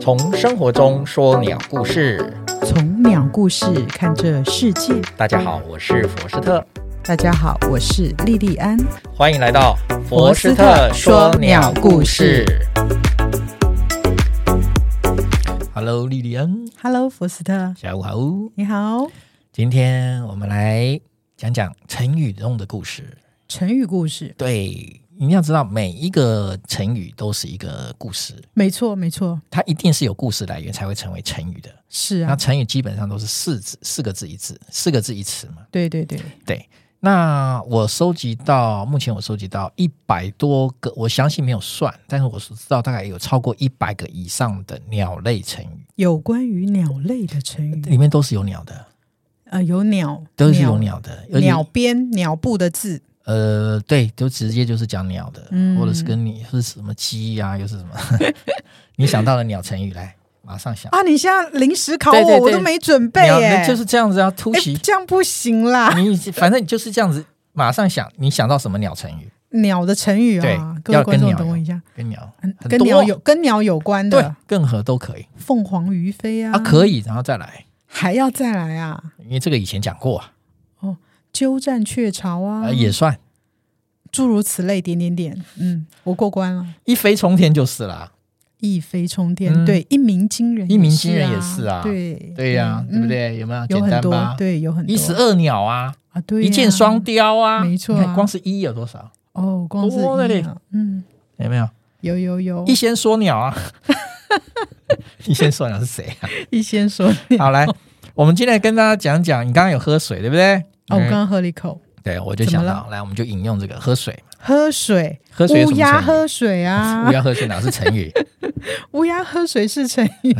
从生活中说鸟故事。从鸟故事看这世界。大家好，我是佛斯特，大家好，我是莉莉安。欢迎来到佛斯特说鸟故事。 Hello，莉莉安， Hello，福斯特，下午好。你好。今天我们来讲讲成语中的故事。成语故事，对，你要知道，每一个成语都是一个故事，没错，没错，它一定是有故事来源才会成为成语的。是那啊，成语基本上都是四字，四个字一字，四个字一词嘛。对对对，对，那我收集到目前我收集到一百多个，我详细没有算，但是我所知道大概有超过一百个以上的鸟类成语，有关于鸟类的成语，里面都是有鸟的，呃，有鸟，都是有鸟的，鸟而且鸟边鸟部的字，呃，对，就直接就是讲鸟的，嗯或者是跟你是什么鸡呀、又是什么， 你想到了鸟成语来，马上想，啊，你现在临时考我，对对对我都没准备鸟耶，就是这样子啊，突哎、袭，这样不行啦。你反正你就是这样子，马上想，你想到什么鸟成语？鸟的成语啊对，各位要观跟众鸟等有我一下，跟鸟嗯很跟多鸟有跟鸟有关对的，任何都可以凤凰于飞啊，啊，可以，然后再来。还要再来啊，因为这个以前讲过啊，鸠占鹊巢啊，呃也算诸如此类，点点点，嗯，我过关了，一飞冲天就是啊啦。一飞冲天，嗯对，一鸣惊人、一鸣惊人也是啊对，对呀、对嗯不？对？有没有有简很单吧多，？对，有很多，一石二鸟啊，啊，对呀，一箭双雕啊，没错啊你看光是一有多少？哦，光是多了一嘞啊，嗯，有没有？有有有，一仙说鸟 啊，一仙说鸟是谁啊？一 先说你，好，来，我们今天跟大家讲讲，你刚刚有喝水对不对？哦，我刚嗯刚喝了一口，对我就怎么想了到，来，我们就引用这个喝水嘛，喝水，喝水有乌什么鸦成语喝水 啊不，要喝水哪是成 语？乌鸦喝水是成语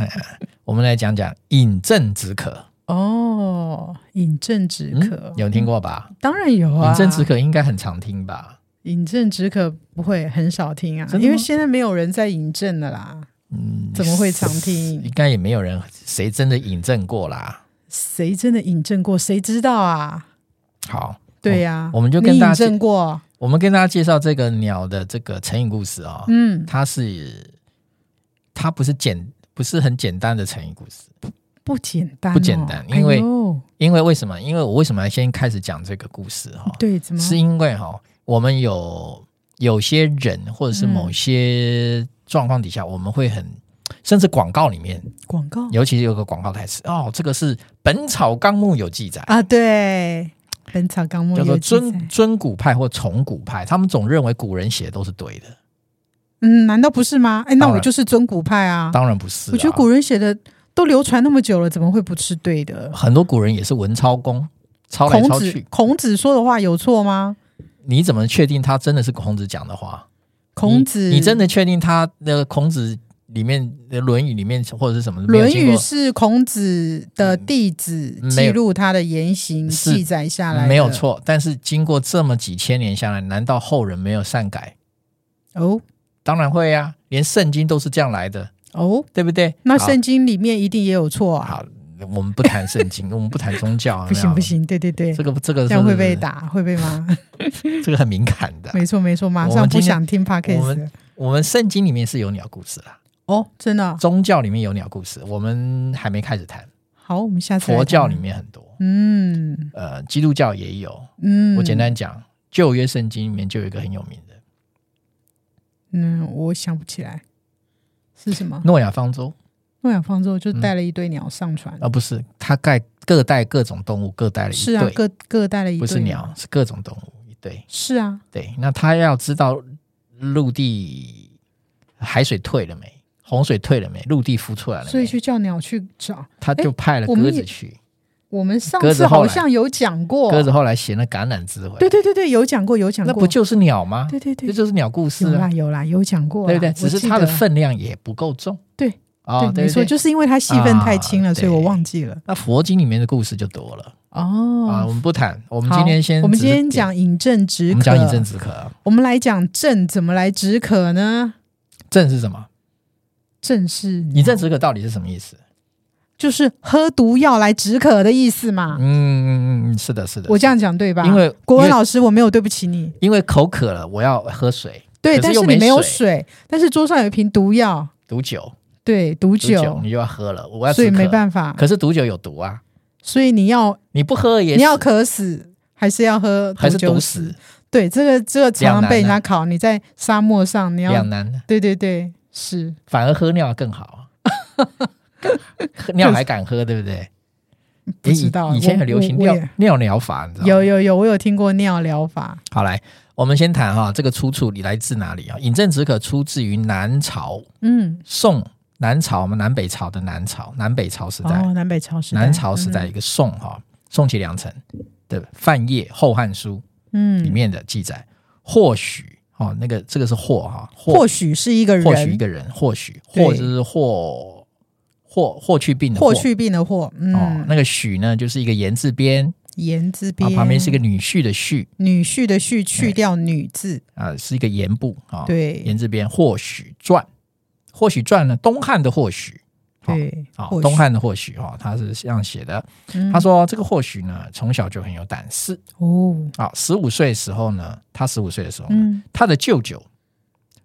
我们来讲讲饮鸩止渴，哦，饮鸩止嗯渴，有听过吧？当然有饮啊，鸩止渴应该很常听吧？饮鸩止渴不会很少听啊真的，吗因为现在没有人在饮鸩了啦。嗯怎么会常听应该也没有人谁真的引证过啦。谁真的饮鸩过？谁知道啊？好，对呀、哦我们就跟你饮大家鸩过，我们跟大家介绍这个鸟的这个成语故事哦，嗯，它是它不是简不是很简单的成语故事，不简单哦、不简单因为哎呦因为为什么？因为我为什么要先开始讲这个故事哈、哦？对，怎么是因为哈、哦，我们有有些人或者是某嗯些状况底下，我们会很甚至广告里面，广告尤其是有个广告台词哦，这个是《本草纲目》有记载。啊？对，《本草纲目》叫做有记载尊尊古派或崇古派，他们总认为古人写的都是对的，嗯，难道不是吗？哎，那当我然就是尊古派啊。当然不是、啊。我觉得古人写的都流传那么久了，怎么会不是对的？很多古人也是文抄公，抄来孔抄子去。孔子说的话有错吗？你怎么确定他真的是孔子讲的话？孔子你，你真的确定他的孔子里面的《论语》里面或者是什么？ 《没有论经语过》是孔子的弟子嗯没记有录他的言行是记载下来，没有。错，但是经过这么几千年下来，难道后人没有善改？哦当然会啊，连圣经都是这样来的，哦，对不对？那好圣经里面一定也有错啊！好，我们不谈圣经，我们不谈宗教啊， 不没行有不，行，对对对，这个这个这样是会被打，会被 骂。这个很敏感的。没错没错，马我上们不今天想听 podcast 了我们圣经里面是有鸟故事啦，哦，真的啊宗教里面有鸟故事，我们还没开始谈。好，我们下次来佛教里谈，面很多，嗯呃，基督教也有。嗯，我简单讲，旧约圣经里面就有一个很有名的嗯，我想不起来是什么。诺亚方舟，诺亚方舟就嗯带了一堆鸟上船，而不是他盖各带各种动物，各带了一是啊，对，各各带了一不是对鸟，，是各种动物一对。是啊，对，那他要知道陆地海水退了没，洪水退了没，陆地浮出来了所以没，就叫鸟去找。他就派了我们鸽也子去。我们上鸽次子后好来像有讲过，鸽子后来衔了橄榄枝回来，对对对对，有讲过有讲那过，不就是鸟吗？对对这对，就是鸟故有事啊啦，有啦有讲过啦，对不对？只我是记它的得分量也不够重。对，哦，对，对不没错，对？就是因为它戏份太轻了，啊所以我忘记了。那佛经里面的故事就多了啊，哦，我们不谈，我我们今天先，我们今天，讲饮鸩止渴，我们讲饮鸩止渴啊。我们来讲鸩怎么来止渴呢？正是什哦么？正是饮鸩止渴到底是什么意思？就是喝毒药来止渴的意思嘛。嗯嗯嗯，是的，是的。我这样讲对吧？因为国文因为老师，我没有对不起你，因为口渴了，我要喝水，对，可但是又是你没没有水水，但是桌上有一瓶毒药，毒酒。对，毒毒酒酒，你就要喝了，我要所以止渴没办法，可是毒酒有毒啊，所以你要你不喝也你要死渴死，还是要喝还是酒毒死死？，对，这个这个常两常难被人啊家考，你在沙漠上，你要两难。对对对，是反而喝尿更 好，喝尿还敢喝，对不对？不知道以以前我很流行我我尿也尿疗法，你知道吗？有有有，我有听过尿疗法，好来，我们先谈哈，这个出处你来自哪里啊？饮鸩止渴出自于南朝，嗯，宋南朝我们南北朝的南朝，南北朝时代，哦，南北朝时代，南朝时代嗯一个宋哈，宋齐梁陈的范晔《后汉书》里嗯，面的记载，或许哦，那个这个是或哈，或许是一个人，或许一个人，或许对或就是或或或去病的霍去病的霍，哦，嗯，那个许呢，就是一个言字边，言字啊边，旁边是一个女婿的婿女婿的婿，去掉女字，啊、是一个言部啊。哦，对言字边或许传，或许传呢，东汉的或许好对，啊、或许东汉的或许哦，他是这样写的。嗯他说这个或许呢，从小就很有胆识哦，啊。十五岁的时候呢，他十五岁的时候呢，嗯，他的舅舅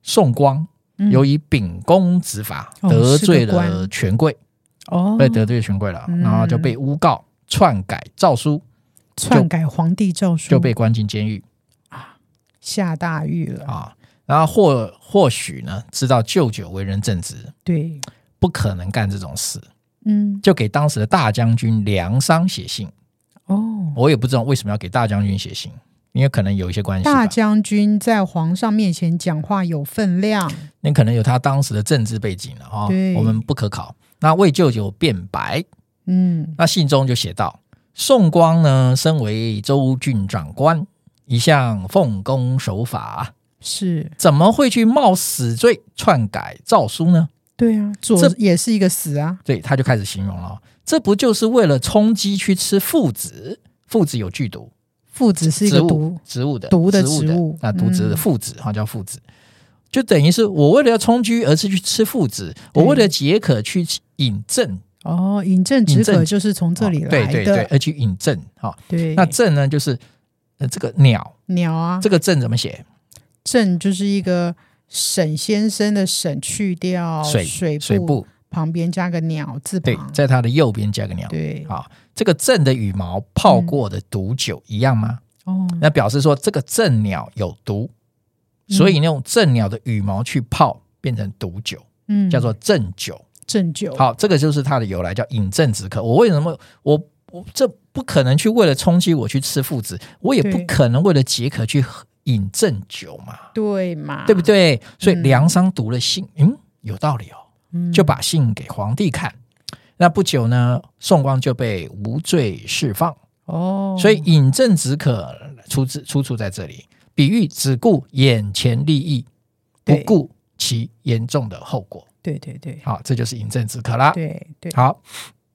宋光嗯由于秉公执法，哦得罪是个官了权贵，哦，被得罪权贵了，嗯然后就被诬告、篡改诏书，篡改皇帝诏书，就被关进监狱下大狱了，啊。然后或或许呢，知道舅舅为人正直，对，不可能干这种事，嗯，就给当时的大将军梁商写信。哦，我也不知道为什么要给大将军写信，因为可能有一些关系吧大，将军在皇上面前讲话有分量，那可能有他当时的政治背景了啊、对我们不可考。那为舅舅辩白，嗯，那信中就写道：宋光呢，身为州郡长官，一向奉公守法，是怎么会去冒死罪篡改诏书呢？对啊，左这也是一个死啊，对，他就开始形容了哦，这不就是为了充饥去吃父子？父子有剧毒，父子是一个植物毒，植物的毒的物植的物啊，毒植的嗯父子哈、叫父子，就等于是我为了要充饥而是去吃父子，我对为了解渴去饮鸩，哦，饮鸩止饮鸩渴就是从这里哦来对对的，对，而去饮鸩哈。对那鸩呢，就是呃这个鸟，鸟啊，这个鸩怎么写？鸩就是一个沈先生的沈，去掉水水部水部旁边加个鸟字对，旁，在它的右边加个鸟。对嗯好、这个鸩的羽毛泡过的毒酒一样吗？哦，那表示说这个正鸟有毒，所以那种正鸟的羽毛去泡变成毒酒，嗯，叫做正酒。鸩酒，好，这个就是它的由来，叫饮鸩止渴。我为什么我我这不可能去为了充饥我去吃父子，我也对不可能为了解渴去喝饮鸩酒嘛，对嘛，对不？对？所以嗯梁商读了信，嗯，有道理哦，嗯就把信给皇帝看。那不久呢，宋光就被无罪释放。哦，所以饮鸩止渴出自出处在这里，比喻只顾眼前利益，不对顾其严重的后果。对对对好，这就是饮鸩止渴啦。对对，好，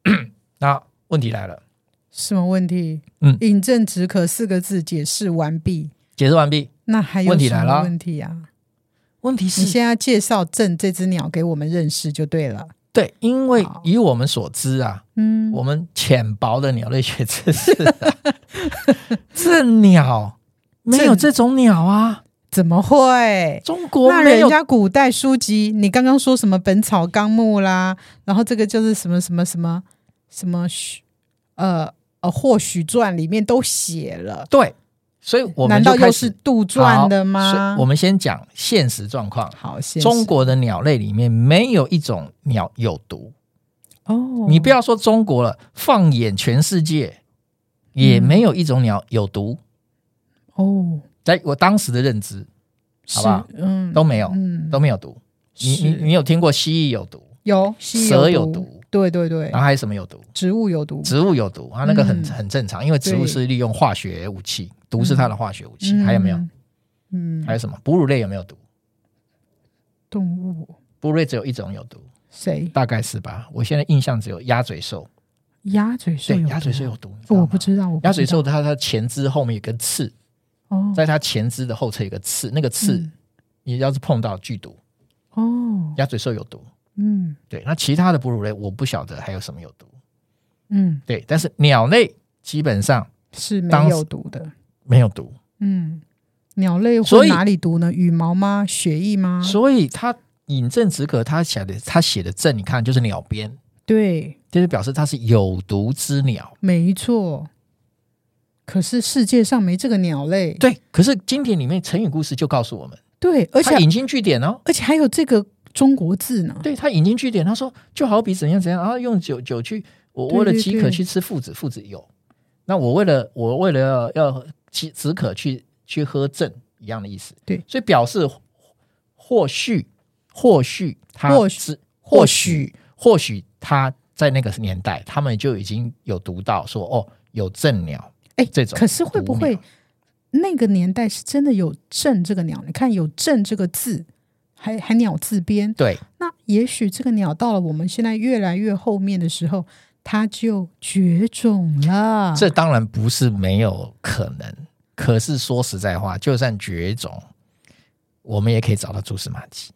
那问题来了，什么问题？嗯饮鸩止渴四个字解释完毕，解释完毕。那还有问题什么来了问题啊？问题你是，现在介绍鸩这只鸟给我们认识就对了，对，因为好以我们所知啊，嗯，我们浅薄的鸟类学知识 啊、这鸟没有这种鸟啊，怎么会？中国那没人有家古代书籍，你刚刚说什么《本草纲目》啦，然后这个就是什么什么什么什么许，呃呃《霍许传》里面都写了，对，所以我们难就道开又始是杜撰的好所吗以？我们先讲现实状况。好，先中国的鸟类里面没有一种鸟有毒。哦，你不要说中国了，放眼全世界，也没有一种鸟有毒。嗯哦，在我当时的认知，好是不好嗯都没有，嗯，都没有毒。你你是你有听过蜥蜴有毒，有蜥蜴蛇有有毒，对对对然，后还有什么有毒？植物有毒，植物有毒啊，那个很嗯很正常，因为植物对是利用化学武器，毒是它的化学武器。嗯还有没有？？嗯还，有什么？哺乳类有没有毒？动物哺乳类只有一种有毒，谁？大概是吧。我现在印象只有鸭嘴兽，鸭嘴兽对，有鸭嘴毒哦兽有毒，你知道我吗不知道，我不鸭嘴知道兽它它前肢后面有根刺，哦在它前肢的后侧有个刺，那个刺嗯你要是碰到剧毒，哦，鸭嘴兽有毒。嗯对，那其他的哺乳类我不晓得还有什么有毒。嗯，对，但是鸟类基本上是当没时有毒的。没有毒，嗯，鸟类所会以哪里毒呢？羽毛吗？血液吗？所以它饮鸩止渴，他写的他写的鸩，你看就是鸟边，对，就是表示它是有毒之鸟。没错。可是世界上没这个鸟类，对，可是经典里面成语故事就告诉我们，对，而且啊它引经据典哦。而且还有这个中国字呢，对他引经据典，他说就好比怎样怎样，然后用酒酒去，我对为了对饥对渴去吃附子，附子有；那我为了我为了要饥止渴去去喝正一样的意思。对，所以表示或许或许他或许许或或许许或许他在那个年代，他们就已经有读到说哦有正鸟，哎这种可是会毒不会鸟那个年代是真的有“鸩”这个鸟？你看有“鸩”这个字，还还鸟字边，对那也许这个鸟到了我们现在越来越后面的时候，它就绝种了。这当然不是没有可能，可是说实在话，就算绝种，我们也可以找到蛛丝马迹，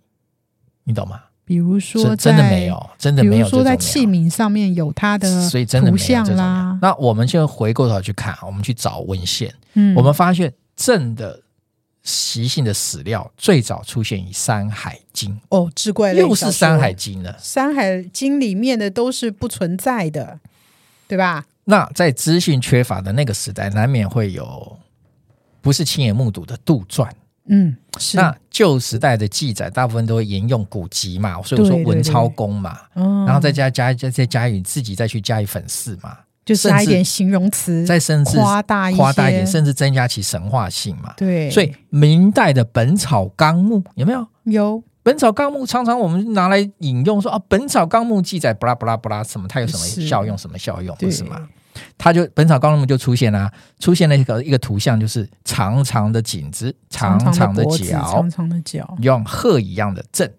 你懂吗？比如说是在真的没，有，真的比没如有这说种在鸟器皿上面有它的所以真的图没有像这种鸟啦。那我们就回过头去看，我们去找文献，嗯，我们发现正的习性的史料最早出现于《山海经哦，志怪》，类又小是《说山海经》了。山海经》里面的都是不存在的，对吧？那在资讯缺乏的那个时代，难免会有不是亲眼目睹的杜撰。嗯，是。那旧时代的记载，大部分都会沿用古籍嘛，所以我说对对文对抄工嘛，哦然后再加加再再加以自己再去加以粉饰嘛，就加甚一至点形容词，再甚至嗯夸大一夸大一点，些甚至增加其神话性嘛。对，所以明代的《本草纲目》有没有？《有本草纲目》常常我们拿来引用说啊，《本草纲目》记载不啦不啦不啦什么，它有什么是效用，什么效用，对不是吗？它就《本草纲目》就出现了、出现了一个一个图像，就是长长的颈子，长长长的脖子脚长，长的脚，用鹤一样的正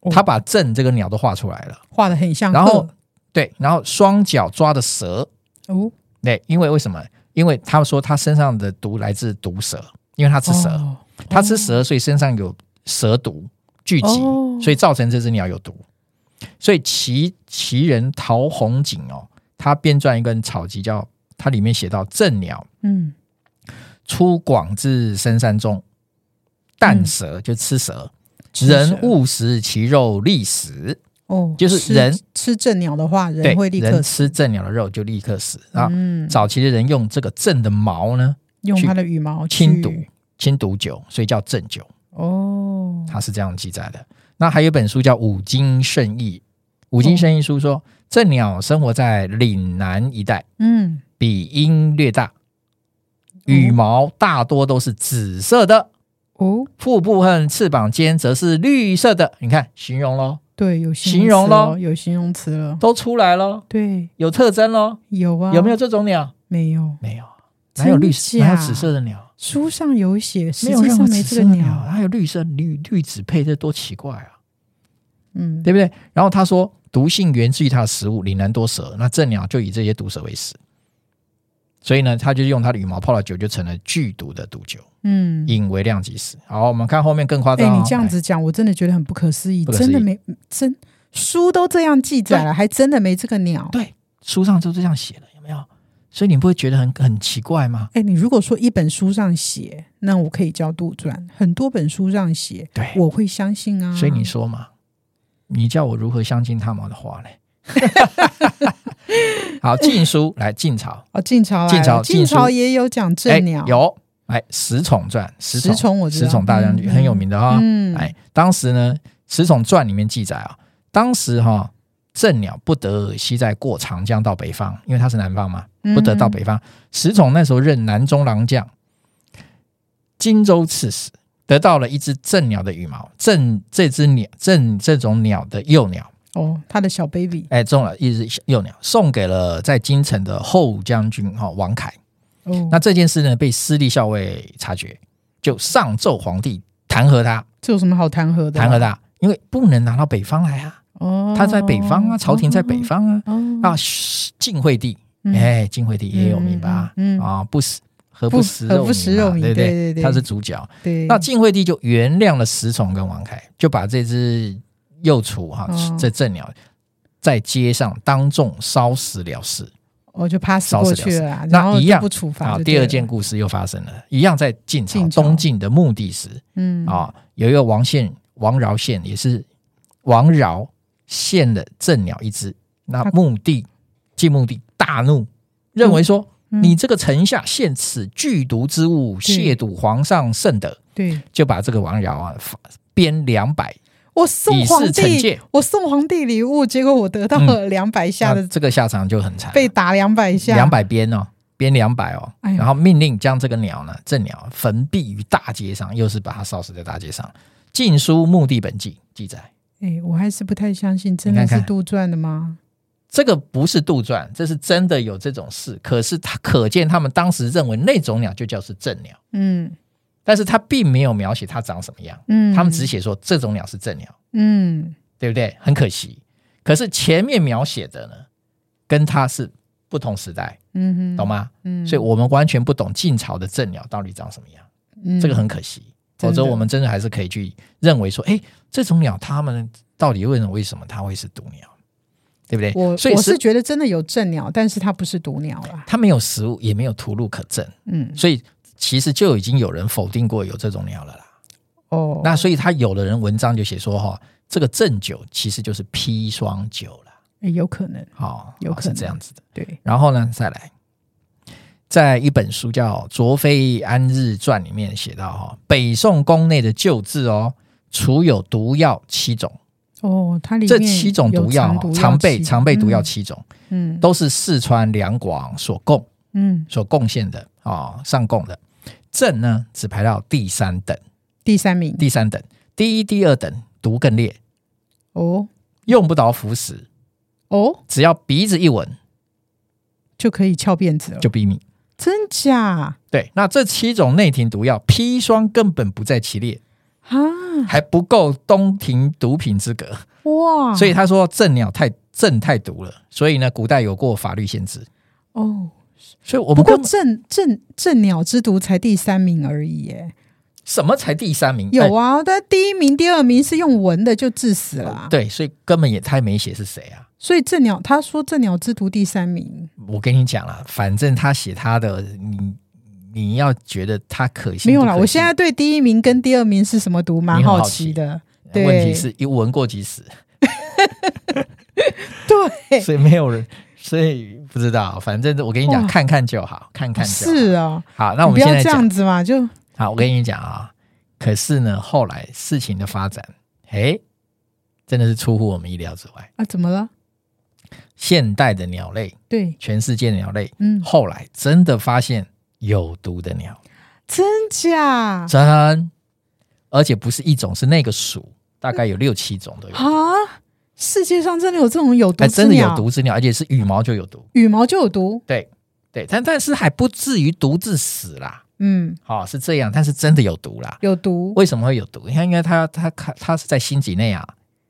哦，他把正这个鸟都画出来了，画的很像鹤。然后对，然后双脚抓的蛇，哦，对，因为为什么？因为他说他身上的毒来自毒蛇，因为他吃蛇，哦，它吃蛇，所以身上有蛇毒聚集，哦所以造成这只鸟有毒。所以齐齐人陶弘景哦，他编撰一根草集叫，它里面写到：正鸟嗯，出广至深山中，啖蛇、就吃蛇，嗯吃蛇人勿食其肉，立死。啊哦，就是吃人吃正鸟的话，对人会，立刻人啊死。吃正鸟的肉就立刻死。啊、嗯，早期的人用这个正的毛呢，用去它的羽毛清去毒清毒酒，所以叫正酒。哦，它是这样记载的。那还有一本书叫《五经圣义》，《五经圣义》书说，这鸟生活在岭南一带，嗯，比鹰略大，羽毛大多都是紫色的，哦，腹部和翅膀间则是绿色的。你看，形容咯，对，有形容词咯咯，有形容词了，都出来咯，对，有特征咯。有啊，有没有？这种鸟？没有，没有，啊哪有绿色？真假哪有紫色的鸟？书上有写，实没有际任上何没紫色这个的鸟，啊鸟，啊哪有绿色绿绿紫配？这多奇怪啊！嗯，对不对？然后他说，毒性源自于它的食物岭南多蛇，那正鸟就以这些毒蛇为食，所以呢，他就用它的羽毛泡了酒，就成了剧毒的毒酒，嗯。引为量级死。好，我们看后面更夸哎、张、哦。你这样子讲，我真的觉得很不可思议，不可真的思议没真书都这样记载了，还真的没这个鸟哎，。对，书上就这样写了，有没有？所以你不会觉得很很奇怪吗？哎、你如果说一本书上写，那我可以叫杜撰；很多本书上写，对，我会相信啊。所以你说嘛，你叫我如何相信他们的话呢？ 好，晋书来晋朝，哦，晋朝来了晋朝晋晋朝书也有讲哎正鸟，，有哎《石宠传》，石石宠崇我知道，石宠大将军嗯很有，名的哈、嗯，哎，当时呢，《石宠传》里面记载啊，当时哈、正鸟不得尔西在过长江到北方，因为他是南方嘛，嗯不得到北方。石宠那时候任南中郎将，荆州刺史，得到了一只正鸟的羽毛，正这只鸟正这种鸟的幼鸟，哦，他的小 baby 哎，中了一只幼鸟，送给了在京城的后将军哈、王凯。哦，那这件事呢，被私立校尉察觉，就上奏皇帝弹劾他，这有什么好弹劾的？弹劾他，因为不能拿到北方来啊。哦，他在北方啊，朝廷在北方啊，哦，啊，嘘晋惠帝，嗯哎，晋惠帝也有名吧？嗯嗯嗯啊，不食何不不食何肉不食肉嘛糜对不对对对对他是主角。对，那晋惠帝就原谅了石崇跟王凯，就把这只幼雏哈哦，这正鸟在街上当众烧死了事。我哦就 pass 烧过死了去了啦，那然后一就样不处啊罚就，对第了。二件故事又发生了，一样在晋朝晋朝东晋的穆帝时嗯，啊啊，有一个王献王饶献，也是王饶献了正鸟一只。那他穆帝晋穆帝大怒，认为说、嗯你这个臣下献此剧毒之物，亵对渎皇上圣德，对就把这个王饶啊罚鞭两百，我送以皇示惩帝，戒。嗯我送皇帝礼物，结果我得到了两百下那的，这个下场就很惨，被打两百下，两百鞭哦，鞭两百哦，哎呦然后命令将这个鸟呢，正鸟焚毙于大街上，又是把它烧死在大街上。《晋书·墓地本纪》记载，哎，我还是不太相信，真你的看是看杜撰的吗？这个不是杜撰，这是真的有这种事。可是他可见他们当时认为那种鸟就叫是正鸟，嗯但是他并没有描写它长什么样，嗯，他们只写说这种鸟是正鸟，嗯对不对？很可惜。可是前面描写的呢，跟它是不同时代，嗯懂哼，吗？嗯，所以我们完全不懂晋朝的正鸟到底长什么样。嗯这个很可惜。真否则的我们真的还是可以去认为说，哎，这种鸟它们到底为什么为什么它会是毒鸟，对不对？我所以我是是觉得真的有正鸟，但是它不是毒鸟啦。它没有食物，也没有图录可证，嗯所以其实就已经有人否定过有这种鸟了啦。哦，那所以他有的人文章就写说哈、这个正酒其实就是砒霜酒了，诶有可能哦，有可能是这样子的。对，然后呢，再来，在一本书叫《卓非安日传》里面写到哈、北宋宫内的旧制哦，除有毒药七种。哦，它里这面七种有毒药藏哦常备七常备毒药，七种，嗯都是四川两广所供嗯嗯，所贡献的哦，上供的。朕呢只排到第三等，第三名第三等，第一、第二等毒更烈，哦用不着服食，哦只要鼻子一闻就可以翘辫子了，就毙命。真假对，那这七种内廷毒药，砒霜根本不在其列，啊？还不够东庭毒品之格。哇，所以他说正鸟太正太毒了，所以呢，古代有过法律限制。哦，所以我不们过根本正正正鸟之毒才第三名而已，耶，什么才第三名？哎哦有啊，但第一名、第二名是用闻的就致死了啊，哎对，所以根本也太没写是谁啊！所以正鸟他说正鸟之毒第三名，我跟你讲了，反正他写他的，你你要觉得他可信没有不啦，可我信现在对第一名跟第二名是什么毒蛮你很好奇奇的。呃问题对是一闻过即死，对，所以没有人，所以不知道。反正我跟你讲，哇看看就好，看看就好。是啊，好，那我们你不现要在这讲样子嘛，就好，我跟你讲啊，可是呢，后来事情的发展，哎，真的是出乎我们意料之外。啊怎么了？现代的鸟类，对，全世界的鸟类，嗯，后来真的发现有毒的鸟。真假真，而且不是一种，是那个属，大概有六七种都有，啊？世界上真的有这种有毒还之哎真的鸟？有毒之鸟，而且是羽毛就有毒，羽毛就有毒？对对，但但是还不至于毒致死啦，嗯，哦是这样，但是真的有毒啦。有毒为什么会有毒？你看，因为它它它它是在新几内亚，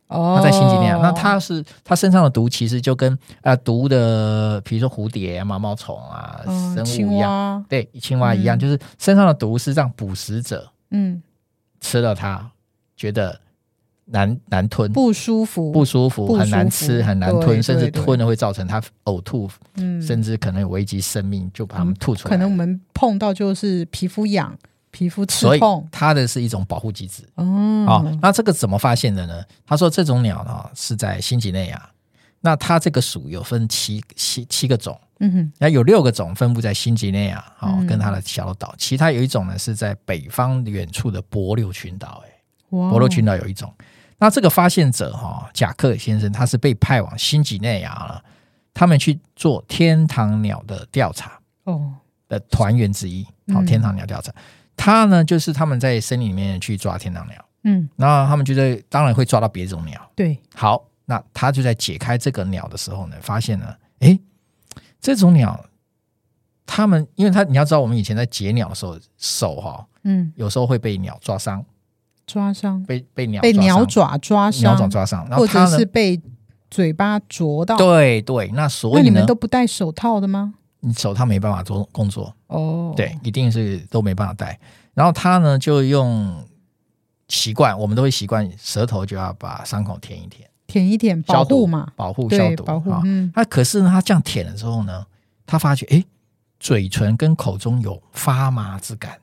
哦。它在新几内亚，啊那它是它身上的毒其实就跟呃毒的，比如说蝴蝶啊、毛毛虫啊、嗯生物青一样，蛙，对青蛙一样，嗯就是身上的毒是让捕食者嗯，吃了它，觉得难难吞，不舒服，不舒服，不很难舒服吃，很难对吞，甚至对对吞了会造成他呕吐，嗯，甚至可能有危及生命，就把他们吐出来。可能我们碰到就是皮肤痒、皮肤刺所以痛，它的是一种保护机制啊、哦，那这个怎么发现的呢？他说这种鸟呢是在新几内亚，那它这个属有分七七七个种，嗯哼，那有六个种分布在新几内亚啊、嗯跟它的小岛，其他有一种呢是在北方远处的帛琉群岛、哎。哇哦婆罗群岛有一种。那这个发现者哈、贾克尔先生，他是被派往新几内亚了，他们去做天堂鸟的调查哦，的团员之一。好、嗯天堂鸟调查，他呢就是他们在森林里面去抓天堂鸟，嗯，那他们觉得当然会抓到别种鸟。对，好，那他就在解开这个鸟的时候呢，发现呢，诶，这种鸟，他们因为他你要知道，我们以前在解鸟的时候，手哈、嗯，有时候会被鸟抓伤，抓伤，被被鸟被抓鸟伤爪抓鸟伤，掌抓伤，然后或者它呢是被嘴巴啄到。对对，那所那以你呢们，都不戴手套的吗？你手套没办法做工作，哦，对，，一定是都没办法戴。然后他呢就用习惯，我们都会习惯舌头就要把伤口舔一舔，舔一舔消保毒护嘛，保护消对，毒保护啊。，嗯，那可是呢，他这样舔了之后呢，他发觉诶，嘴唇跟口中有发麻之感，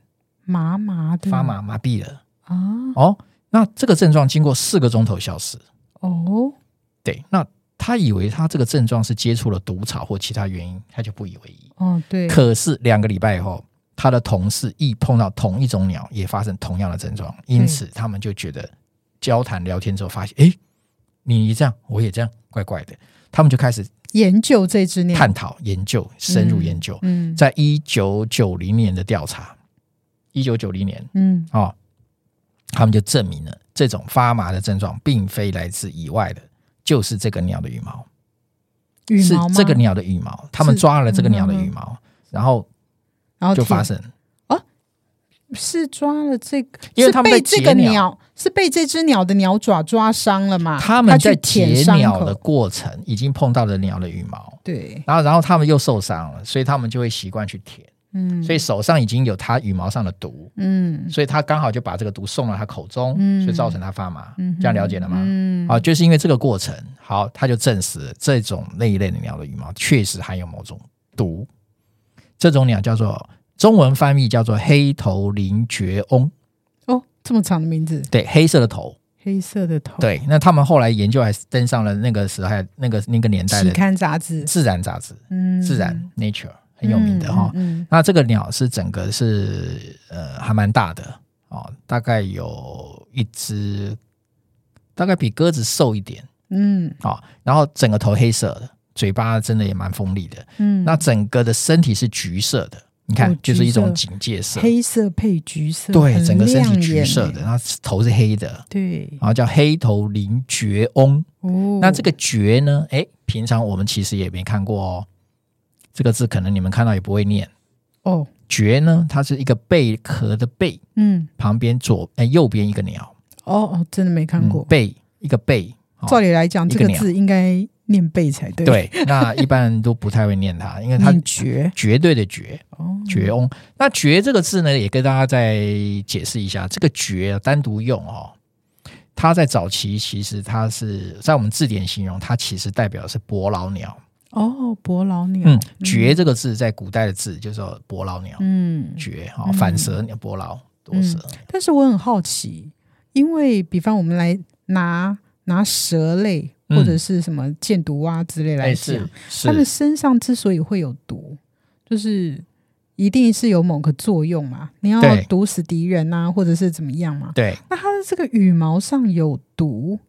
麻麻的，发麻麻痹了啊，哦。那这个症状经过四个钟头消失，哦，对，那他以为他这个症状是接触了毒草或其他原因，他就不以为意。哦，对，可是两个礼拜以后，他的同事亦碰到同一种鸟，也发生同样的症状，因此他们就觉得交谈聊天之后发现，诶，你这样，我也这样，怪怪的。他们就开始研究这只鸟，探讨、研究、深入研究。嗯在一九九零年的调查，一九九零年嗯，哦，他们就证明了这种发麻的症状并非来自以外的，就是这个鸟的羽毛，嗯羽是毛吗这个，鸟的羽毛。他们是抓了这个鸟的嗯嗯嗯羽毛，然后然后就发舔生。是抓了这个，因为他们是在被这解个鸟鸟是被这只鸟的鸟爪抓伤了嘛？他们去在舔解伤鸟口的，过程已经碰到了鸟的羽毛，对，然后然后他们又受伤了，所以他们就会习惯去舔，嗯所以手上已经有它羽毛上的毒，嗯所以它刚好就把这个毒送到它口中，嗯所以造成它发麻。嗯哼，这样了解了吗？嗯，啊，就是因为这个过程，好，他就证实了这种那一类的鸟的羽毛确实含有某种毒。这种鸟叫做中文翻译叫做黑头林爵翁，哦，这么长的名字，对，黑色的头。黑色的头，，对，那他们后来研究还登上了那个时代、那个那个年代期的刊杂志，自然杂志，嗯，自然、Nature 很有名的哈、嗯，那这个鸟是整个是呃还蛮大的哦，大概有一只，大概比鸽子瘦一点嗯嗯哦，然后整个头黑色的，嘴巴真的也蛮锋利的。嗯，那整个的身体是橘色的，你看、哦就是一种橘警戒色，黑色配橘色，对，很整个身体亮橘眼色欸的，，然后头是黑的，对，然后叫黑头林爵翁。哦，那这个爵呢？哎，平常我们其实也没看过哦，这个字可能你们看到也不会念。哦，蕨呢，它是一个贝壳的贝，嗯，旁边左呃右边一个鸟，哦哦，真的没看过嗯，贝一个贝。哦照理来讲，一这个个鸟字应该念贝才对，，对，那一般人都不太会念它，因为它念绝，绝对的绝哦，绝翁。那绝这个字呢，也跟大家再解释一下，这个绝单独用哦，它在早期其实它是在我们字典形容它其实代表的是伯劳鸟。哦，伯劳鸟，嗯，绝这个字在古代的字就是说伯劳鸟，嗯，绝哦，反舌鸟伯劳多舌，但是我很好奇，因为比方我们来拿拿蛇类嗯或者是什么箭毒蛙之类来哎讲，是是它们身上之所以会有毒，就是一定是有某个作用嘛，你要对毒死敌人啊，或者是怎么样嘛。对，那它的这个羽毛上有毒，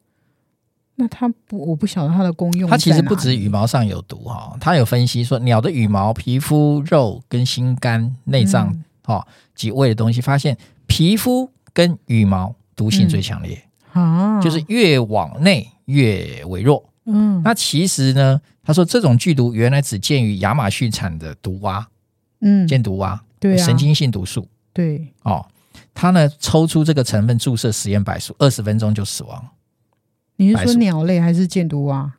那它不，我不晓得它的功用。它其实不止羽，毛上有毒哈，它有分析说鸟的羽毛、皮肤、肉跟心肝、内脏嗯哈及胃的东西，发现皮肤跟羽毛毒性最强烈，啊，就是越往内越微弱。嗯那其实呢，他说这种剧毒原来只见于亚马逊产的毒蛙、嗯，箭毒蛙，对啊，神经性毒素对，哦。他呢抽出这个成分注射实验白鼠，二十分钟就死亡。你是白说鼠鸟类还是箭毒蛙？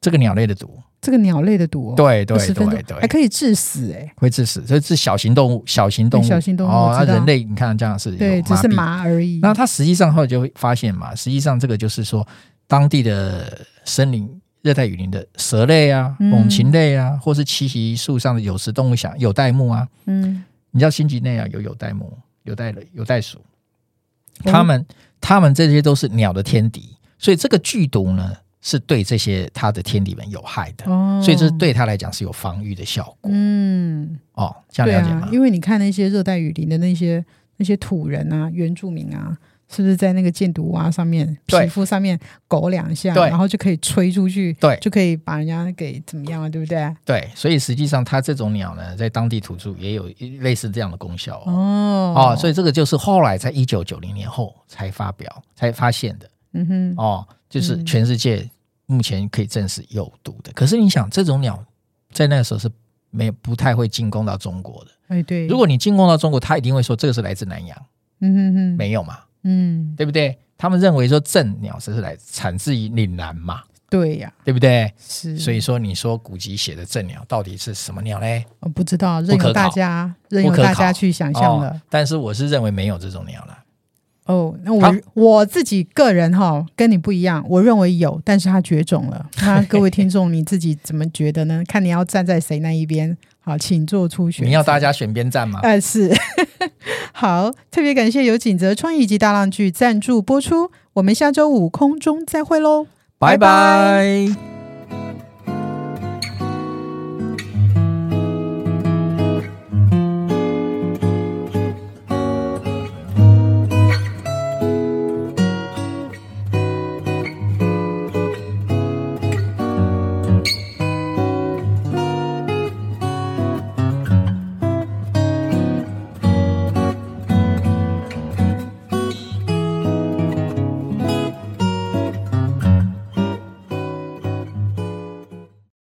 这个鸟类的毒，这个鸟类的毒、哦，对对20分钟对对还，可以致死哎、会致死，这是小型动物，小型动物，对小型动物哦，那我知道人类你看这样是有对，只是痹。麻而已。那它实际上后来就会发现嘛，实际上这个就是说当地的森林、热带雨林的蛇类啊、嗯猛禽类啊，或是栖息树上的有食动物想有袋目啊，嗯，你知道新几内啊亚有有袋目、有袋类、有袋鼠，哦它们它们这些都是鸟的天敌，所以这个剧毒呢是对这些它的天敌们有害的，哦，所以这对它来讲是有防御的效果。嗯，哦，这对样了解啊吗，？因为你看那些热带雨林的那些那些土人啊、原住民啊，是不是在那个箭毒蛙啊上面对皮肤上面狗两下，对然后就可以吹出去，对就可以把人家给怎么样啊，对不对？对，所以实际上它这种鸟呢，在当地土著也有一类似这样的功效哦。哦哦，所以以这个就是后来在一九九零年后才发表、才发现的嗯哼，哦，就是嗯全世界目前可以证实有毒的。可是你想，这种鸟在那个时候是没不太会进攻到中国的。哎对，如果你进攻到中国，它一定会说这个是来自南洋，嗯哼哼，没有嘛，嗯，对不对？他们认为说正鸟是来产自于岭南嘛，对呀、对不对？是，所以说，你说古籍写的正鸟到底是什么鸟嘞？我不知道，任不可由大考家任由不可大考家去想象了。哦。但是我是认为没有这种鸟了。哦，那我好我自己个人哈跟你不一样，我认为有，但是它绝种 了。那各位听众你自己怎么觉得呢？看你要站在谁那一边。好，请做出选择。你要大家选边站吗？呃，是 好，特别感谢由锦泽创意及大浪剧赞助播出，我们下周五空中再会喽。拜拜拜拜